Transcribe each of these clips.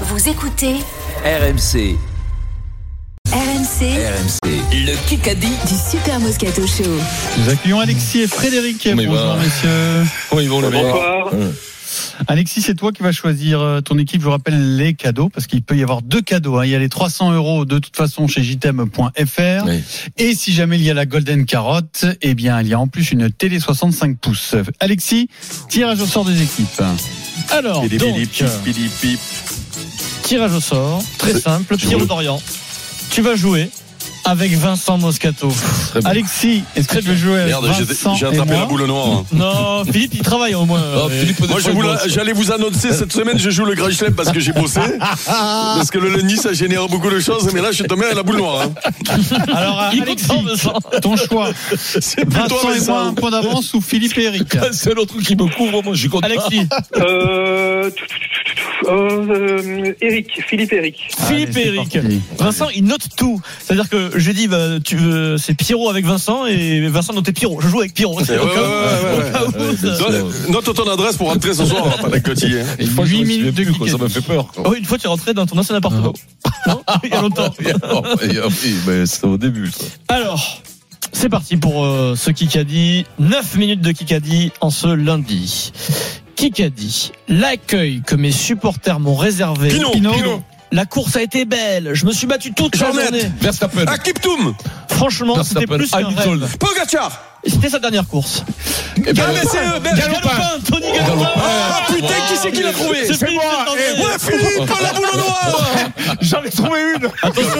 Vous écoutez RMC, RMC RMC, le Kikadi. du Super Moscato Show. Nous accueillons Alexis et Frédéric. Oui, Bonjour bah. messieurs. Comment ils vont le meilleur Bonsoir. Alexis, c'est toi qui vas choisir euh, ton équipe. Je rappelle les cadeaux parce qu'il peut y avoir deux cadeaux. hein. Il y a les 300 euros de toute façon chez jtm.fr. Oui. Et si jamais il y a la Golden Carotte, eh bien il y a en plus une télé 65 pouces. Alexis, tirage au sort des équipes. Alors, Pili, donc, pili, pip, pili, pip. tirage au sort, très simple, je Pierre veux. d'Orient. Tu vas jouer avec Vincent Moscato. Très bon. Alexis, est-ce que tu veux jouer avec Merde, j'ai- Vincent j'ai et attrapé moi la boule noire. Non, Philippe, il travaille au moins. Ah, Euh, Oh, Philippe, moi, je vous la- j'allais vous annoncer cette semaine, je joue le Grand Chelem parce que j'ai bossé. parce que le lundi, ça génère beaucoup de choses, mais là, je te mets à la boule noire. hein. Alors, Il Alexis, est content, Vincent. ton choix. C'est plus toi, Vincent et moi, Vincent. un point d'avance ou Philippe et Eric C'est l'autre truc qui me couvre, moi je suis content. Alexis, Euh, tout, tout, tout, tout, tout, euh, euh, Eric, Philippe Eric. Philippe et Eric. Vincent, il note tout. C'est-à-dire que je dis, bah, tu veux, c'est Pierrot avec Vincent et Vincent notait Pierrot. Je joue avec Pierrot. Ouais, ouais, ouais, ouais, ouais. Ah, Au cas où, ça- Donne- Note ton adresse pour rentrer ce soir, on va pas t'accoter, hein. Une fois, je me minutes de Quoi, ça m'a fait peur. quoi. Oh, une fois, tu es rentré dans ton ancien appartement. Non Il y a longtemps. oh, Et après, ben, C'était au début. ça. Alors, c'est parti pour euh, ce Kikadi. 9 minutes de Kikadi en ce lundi. Kikadi, l'accueil que mes supporters m'ont réservé. Pinot, Pinot. La course a été belle. Je me suis battu toute la Jeannette. journée. Verstappen. Euh, Akiptoum, Franchement, Verstappen, c'était plus qu'un Hamilton. rêve. Pogacar, C'était sa dernière course. Eh ben, KBCE, Belge. Galopin, Tony Galopin. Ah putain, qui c'est qui l'a trouvé C'est moi. Ouais, Philippe, à la boule noire Attention,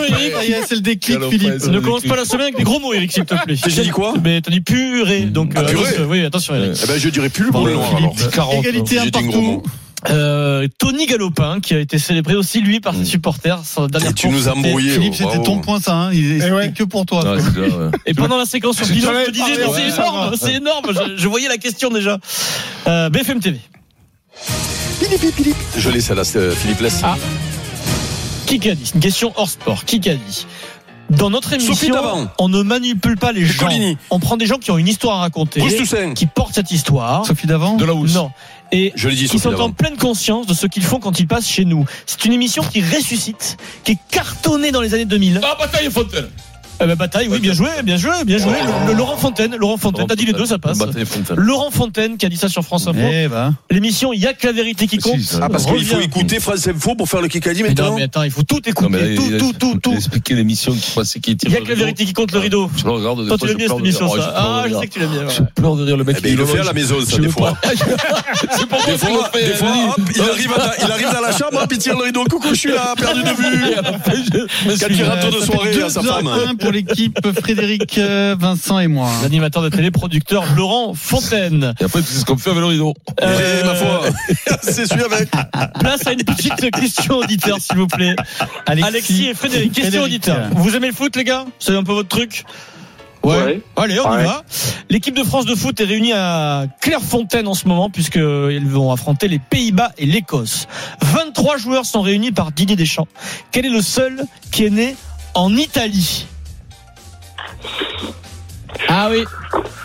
Eric. Ça y est, c'est le déclic, Philippe. Ne commence pas la semaine avec des gros mots, Eric, s'il te plaît. J'ai dit quoi Mais t'as dit purée. Donc, Ah, euh, purée. attention, oui, attention, Eric. Eh ben, je dirais plus le boule noire, alors. Philippe, hein. égalité J'ai un dit un gros partout. mot. Euh, Tony Galopin, qui a été célébré aussi, lui, par ses supporters. Sa dernière Mm. Et tu course, nous as c'était- embrouillé. Philippe, Bravo. c'était ton point, ça. Hein. Il- C'était que pour toi. Ah, c'est bien, ouais. Et pendant la séquence sur Pinot, je te disais, parlé, mais ouais. c'est énorme, c'est énorme. Je, je voyais la question déjà. Euh, BFM TV. Je laisse à la euh, Philippe Laisse. Ah. Kikadi, une question hors sport. Kikadi. Dans notre Sophie émission, Davant. on ne manipule pas les gens. Coligny. On prend des gens qui ont une histoire à raconter, Bruce Toussaint. qui portent cette histoire. Sophie Davant De la housse. Non. Et Je l'ai dit, qui Sophie sont en Davant. pleine conscience de ce qu'ils font quand ils passent chez nous. C'est une émission qui ressuscite, qui est cartonnée dans les années 2000. Ah, bataille Fontaine. Eh ben, bataille, oui, bien joué, bien joué, bien joué. Le- le Laurent Fontaine, Laurent Fontaine, t'as dit les deux, ça passe. Bataille Fontaine. Laurent Fontaine qui a dit ça sur France Info. Eh ben. L'émission Il y a que la vérité qui Si, compte. ça- Ah, parce qu'il faut Reviens. écouter France Info pour faire le Kikadi Mais non, maintenant. mais attends, il faut tout Non, mais là, écouter, il- il tout, a- tout, tout, Il a tout. expliqué l'émission qui passait, qui était. Il y a que la vérité qui compte le rideau. Je le regarde des Toi, tu fois, l'aimes je bien cette pleure de- émission, Oh, ça. je pleure Ah, de je rire. sais que tu l'aimes bien. ouais. Je pleure de rire, le mec. Eh ben, il le fait à la maison, ça, Je des veux fois. pas. C'est pour Des ça qu'il fois, le fait, hein. des fois, Denis. hop, il arrive, à ta- il arrive dans la chambre, hop, il tire le rideau. Coucou, je suis là, perdu de vue. Quel Euh, tirateur de ça fait soirée à sa 2 à femme. hein. 1 pour l'équipe Frédéric, euh, Vincent et moi. L'animateur de télé, producteur Laurent Fontaine. Euh, Et après, c'est ce qu'on fait avec le rideau. Eh, ma foi, c'est celui avec. Place à une petite question auditeur, s'il vous plaît. Alexis, et Frédéric, question Frédéric. auditeur. Vous aimez le foot, les gars C'est un peu votre truc Ouais. Allez, on y Ouais. va. L'équipe de France de foot est réunie à Clairefontaine en ce moment, puisqu'ils vont affronter les Pays-Bas et l'Écosse. 23 joueurs sont réunis par Didier Deschamps. Quel est le seul qui est né en Italie Ah oui,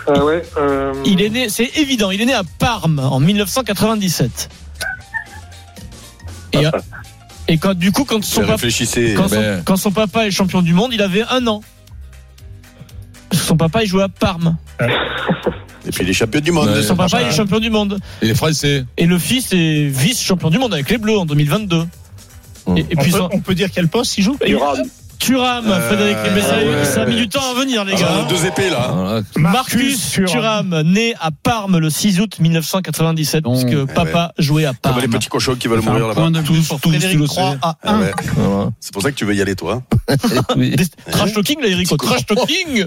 Ah ouais. Euh, il est né, c'est évident, il est né à Parme en 1997. Et, Ah. euh, et quand, du coup, quand son, papa, Réfléchissez. quand, son, ben. quand son papa est champion du monde, il avait un an. Son papa, il jouait à Parme. Et puis les champions du monde. Ouais. Son papa, il est champion du monde. Et les Français. Et le fils est vice-champion du monde avec les Bleus en 2022. Et, et puis, on, peut dire quel poste il joue Thuram. Thuram, Euh, Frédéric. Mais ça, a eu- ouais. ça a mis du temps à venir, les gars. Ah, Deux épées, là. Voilà. Marcus Thuram, né à Parme le 6 août 1997, Bon. puisque papa jouait à Eh Comme Parme. les petits cochons qui veulent Ça fait mourir un là-bas. point de plus pour tous, tu Frédéric le 3 sais. à 1. Ah ouais. Voilà. C'est pour ça que tu veux y aller, toi. hein. Ah, Oui. Des- Eh Trash talking, là, Eric. Trash talking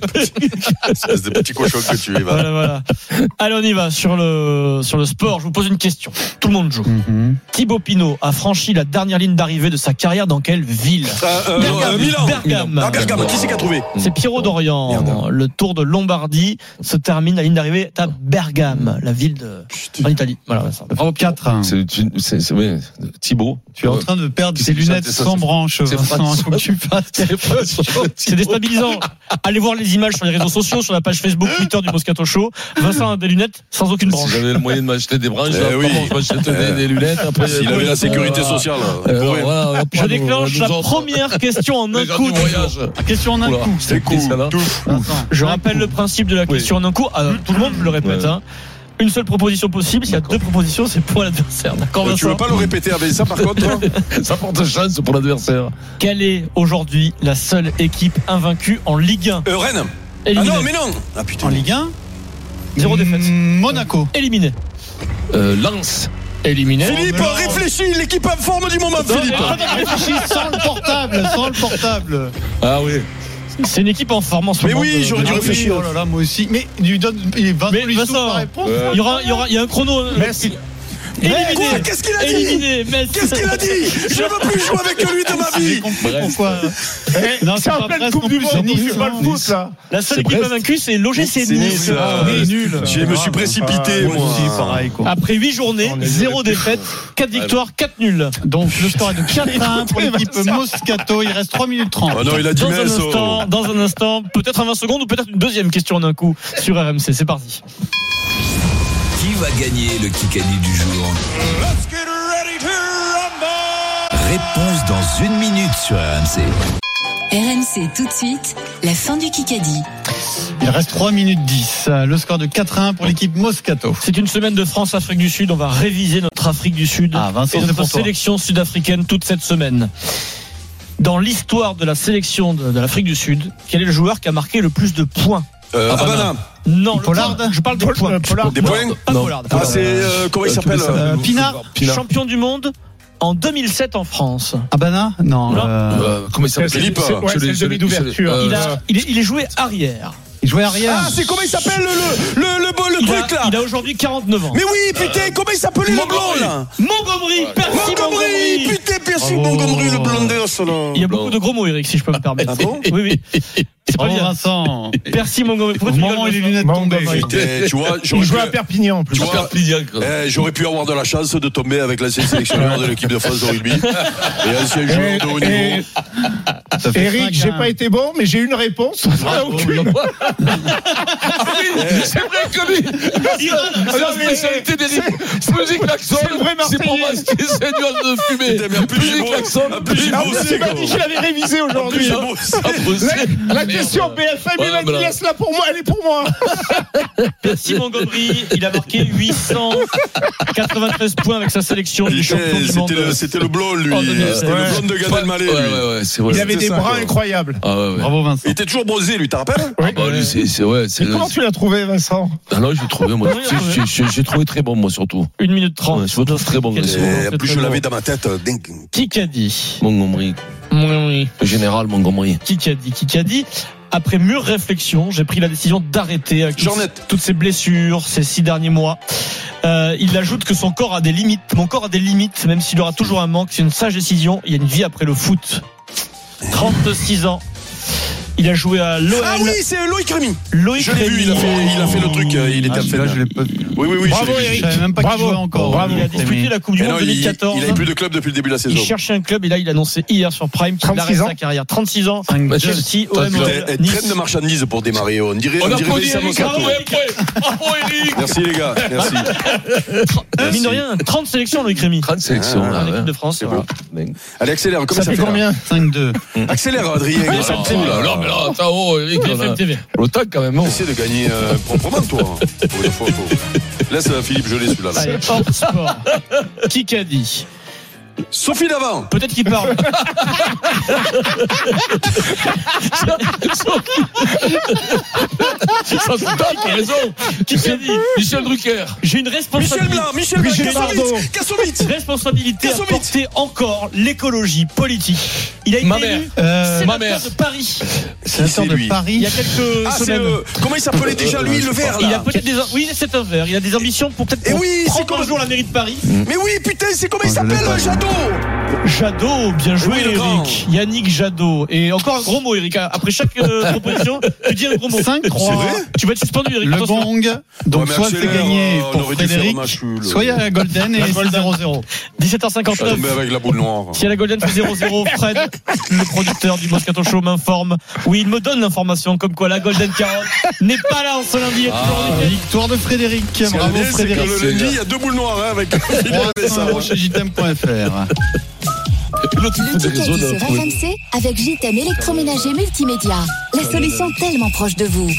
C'est des petits cochons que tu es. va. Voilà, voilà. Allez, on y va. Sur le, sur le sport, je vous pose une question. Tout le monde joue. Mhm. Thibaut Pinot a franchi la dernière ligne d'arrivée de sa carrière dans quelle ville Ah, euh, euh, Milan Milan. Bergame. Ah, Bergame, qui c'est qui a trouvé C'est Pierrot d'Orient. Merde. Le Tour de Lombardie se termine, la ligne d'arrivée est à Bergame, la ville de, en Italie. Voilà, ça. Bravo 4. C'est une- c'est- c'est- ouais, Thibaut. hein. Tu es en train de perdre C'est tes ça, lunettes c'est ça, sans c'est- branches, c'est Vincent. pas- Il faut que tu fasses quelque chose. C'est déstabilisant. Allez voir les images sur les réseaux sociaux, sur la page Facebook, Hein Twitter du Moscato Show. Vincent a des lunettes sans aucune Si branche. j'avais le moyen de m'acheter des branches, Eh là, oui. pardon, je m'achète des, des lunettes. Après, S'il avait la sécurité sociale. on Euh, pourrait. voilà, on va Je prendre- déclenche on la va nous en- première question en un Les gens coup. du voyage. Question en un Oula, coup. C'est Coup, cool, celle-là. touffe. Vincent. Je rappelle le principe de la Oui. question en un coup. Euh, tout le monde le répète. Ouais. hein. Une seule proposition possible. S'il y a deux propositions, c'est pour l'adversaire. D'accord, Euh, Tu Vincent veux pas le répéter avec ça par contre toi Ça porte chance pour l'adversaire. Quelle est aujourd'hui la seule équipe invaincue en Ligue 1 Euh, Rennes Ah Éliminée. non, mais non Ah En putain. Ligue 1 Zéro défaite. Monaco. Éliminée. Euh, Lance. Éliminée. Philippe, réfléchis, l'équipe en forme du moment, Philippe. Réfléchis sans le portable, sans le portable. Ah oui. C'est une équipe en forme en ce Mais moment. euh, oui, de- j'aurais de- dû Ah oui, réfléchir. Oh là là, moi aussi. Mais il lui donne il- Vincent Mais lui souffle Vincent, la réponse. euh, Il y aura, il y aura, il y a un chrono. euh, Quoi Éliminé. Qu'est-ce qu'il a dit Éliminé. Metz. Qu'est-ce qu'il a dit Je veux plus jouer avec lui de ma J'ai vie. compris Bref. pourquoi. Non, c'est pas presque non du plus, Monde, c'est donc Nice, c'est pas le hein. foot là. La seule C'est équipe Brest. invaincue, c'est l'OGC C'est Nice. Ah, Nice, euh, Mais nul. Je me suis précipité, Moi Ah, moi. aussi, pareil, quoi. Après 8 journées, On est zéro nul. défaite, 4 victoires, 4 nuls. Donc le score est de 4 à 1 pour l'équipe Moscato. Il reste 3 minutes 30. Oh non, il a dit Dans un Metz. oh. instant, dans un instant, peut-être un 20 secondes ou peut-être une deuxième question en un coup sur RMC. C'est parti. Qui va gagner le Kikadi du jour Réponse dans une minute sur RMC. RMC tout de suite, la fin du Kikadi. Il reste 3 minutes 10. Le score de 4 à 1 pour l'équipe Moscato. C'est une semaine de France-Afrique du Sud. On va réviser notre Afrique du Sud Ah, Vincent, et c'est notre pour toi. sélection sud-africaine toute cette semaine. Dans l'histoire de la sélection de, de l'Afrique du Sud, quel est le joueur qui a marqué le plus de points Euh, Havana. Non, le Pollard point. Je parle de points. Des points Pas Pollard. Ah, c'est. euh, Comment il s'appelle euh, euh, Pinard Champion du monde en 2007 en France. Abana Non. Non. euh, Euh, Comment il s'appelle C'est- Philippe. c'est- ouais, Je c'est l'ai- le je l'ai- demi d'ouverture. je l'ai- euh, Il, a- il est, il est joué arrière. Il jouait arrière. Ah, c'est comment il s'appelle le, le, le, le, Il truc a, là il a aujourd'hui 49 ans. Mais oui, putain, comment il s'appelait le blond là Montgomery, Percy Montgomery Montgomery. Putain, bien sûr, Bravo. Montgomery, le blond de ce, Il y là. a beaucoup de gros mots, Eric, si je peux me permettre. Ah bon Oui, oui. C'est pas Bravo bien. Vincent. Percy Montgomery. Pourquoi Au tu moment où rigoles, les Vincent lunettes tombent, Montgomery. Vincent. Putain, tu vois, Il j'aurais joue à pu, Perpignan en plus. tu vois, Perpignan. quoi. eh, j'aurais pu avoir de la chance de tomber avec l'ancien sélectionneur de l'équipe de France de rugby et ancien joueur de haut Et- niveau. et- Ça fait cinq, Eric, j'ai hein. pas été bon, mais j'ai eu une réponse. Ah, aucune. Ah C'est vrai que lui, Ah, non, la mais- spécialité d'Eric, plus il klaxonne, c'est le vrai c'est pour Marseillais. masquer ses nuages de fumée. Ah, Putain, mais en plus, Plus j'ai il beau- en klaxonne, plus, j'ai plus il beau- bosse. Ah, C'est pas dit, je l'avais révisé aujourd'hui. J'ai bossé. La, la question BFM, Voilà, il a dit voilà. yes là pour moi, elle est pour moi. Percy Montgomery, il a marqué 893 points avec sa sélection. Il est champion Putain, du monde. euh, C'était le, c'était le blond, lui. En 2007. C'était le Ouais. blond de Gad Elmaleh, Ouais, lui. ouais, ouais, c'est vrai. Il avait des ça, bras quoi. incroyables. Ah ouais, ouais. Bravo Il Vincent. était toujours bronzé, lui, t'as rappelles Ah bah lui, c'est, c'est, ouais, c'est, Mais comment tu l'as trouvé, Vincent Ah non, je l'ai trouvé, moi. Oui, oui, oui. J'ai- j'ai- J'ai trouvé très bon, moi, surtout. 1 minute 30. Ouais, je vous trouve très bon, Quel monsieur. joueur, Et c'est En plus, je très bon. l'avais dans ma tête. euh, dingue. Qui qu'a dit Montgomery. Oui, Le général Montgomery. Qui qu'a dit Qui qu'a dit Après mûre réflexion, j'ai pris la décision d'arrêter avec toutes, Jornette. toutes ces blessures ces six derniers mois. Euh, il ajoute que son corps a des limites. Mon corps a des limites, même s'il aura toujours un manque. C'est une sage décision. Il y a une vie après le foot. 36 ans. Il a joué à l'OL. Ah oui, c'est Loïc Rémy. Loïc Oh. Je l'ai vu, il a Rémy. fait, il a fait le truc. euh, Il était Ah, à celui-là, je Fenner. l'ai pas vu. Oui, oui, oui. je l'ai vu. Je savais même pas qu'il Bravo. jouait encore. euh, Bravo. Il a disputé la Coupe du Mais Monde non, il- 2014. Il avait plus de club depuis le début de la Il saison. cherchait un club et là il annonçait hier sur Prime qu'il 36 arrête ans. sa carrière. 36 ans, matchs. Chelsea, OM, Putain, Elle traîne de marchandises pour démarrer. On dirait, on dirait Vincent Moscato. Bravo, Eric Merci les gars, merci. Merci. Mine de rien, 30 sélections Loïc Rémy. 30 sélections, Euh, Ah, En là. hein. équipe ouais. de France. C'est voilà. beau. Allez, accélère, comment Ça ça, fait là combien 5-2. Accélère, Adrien. Ah, ça me fout, là, là. là, mais là, attends, oh, Eric, on a- BFM TV. le temps, quand même, oh. non Essaie de gagner euh, proprement, toi. hein, Pour une fois, toi. Laisse euh, Philippe geler celui-là. là. Allez, hors sport. Qui qu'a dit Sophie Davant. Peut-être qu'il parle. Ça se tape, t'as raison Qui qu'a dit Michel Drucker J'ai une Michel responsabilité. Blanc, Michel Blanc, Brigitte Bardot. Kassovitz, Kassovitz. Responsabilité à Kassovitz. porter encore l'écologie politique. Il a été Ma mère. élu Euh, sénateur ma mère. de Paris C'est c'est de lui il y Paris. a quelques Ah, c'est semaines. euh, Comment il s'appelait déjà, lui, euh, le vert, Il a là peut-être des oui c'est un vert. Il a des ambitions pour peut-être Eh oui, c'est prendre comme- un jour la mairie de Paris. Mais oui, putain, c'est comment il Ah, je l'ai s'appelle, pas. Jadot Jadot, bien joué Oui, le grand. Eric. Yannick Jadot. Et encore un gros mot Eric. Après chaque euh, proposition, tu dis un gros mot. 5-3. vrai Tu vas être suspendu Eric. Le Attention. gong. Donc, Ouais, mais soit c'est accélère, gagné euh, on pour aurait dû faire Frédéric, un match nul. euh. soit il y a la golden et c'est 0-0. Ah, Je suis 17h59. tombé avec la boule noire. Si à la Golden fait 0-0, Fred, le producteur du Moscato Show, m'informe. Oui, il me donne l'information comme quoi la Golden Carotte n'est pas là en ce lundi. Ah, Victoire de Frédéric. Ce qui est Bravo bien, c'est que Frédéric. le lundi, il y a deux boules noires hein, avec Philippe et 300 ça. euros chez JTM.fr. L'autre, il Le faut des hein, Kikadi raisons. sur RMC avec JTM électroménager multimédia. La solution tellement proche de vous.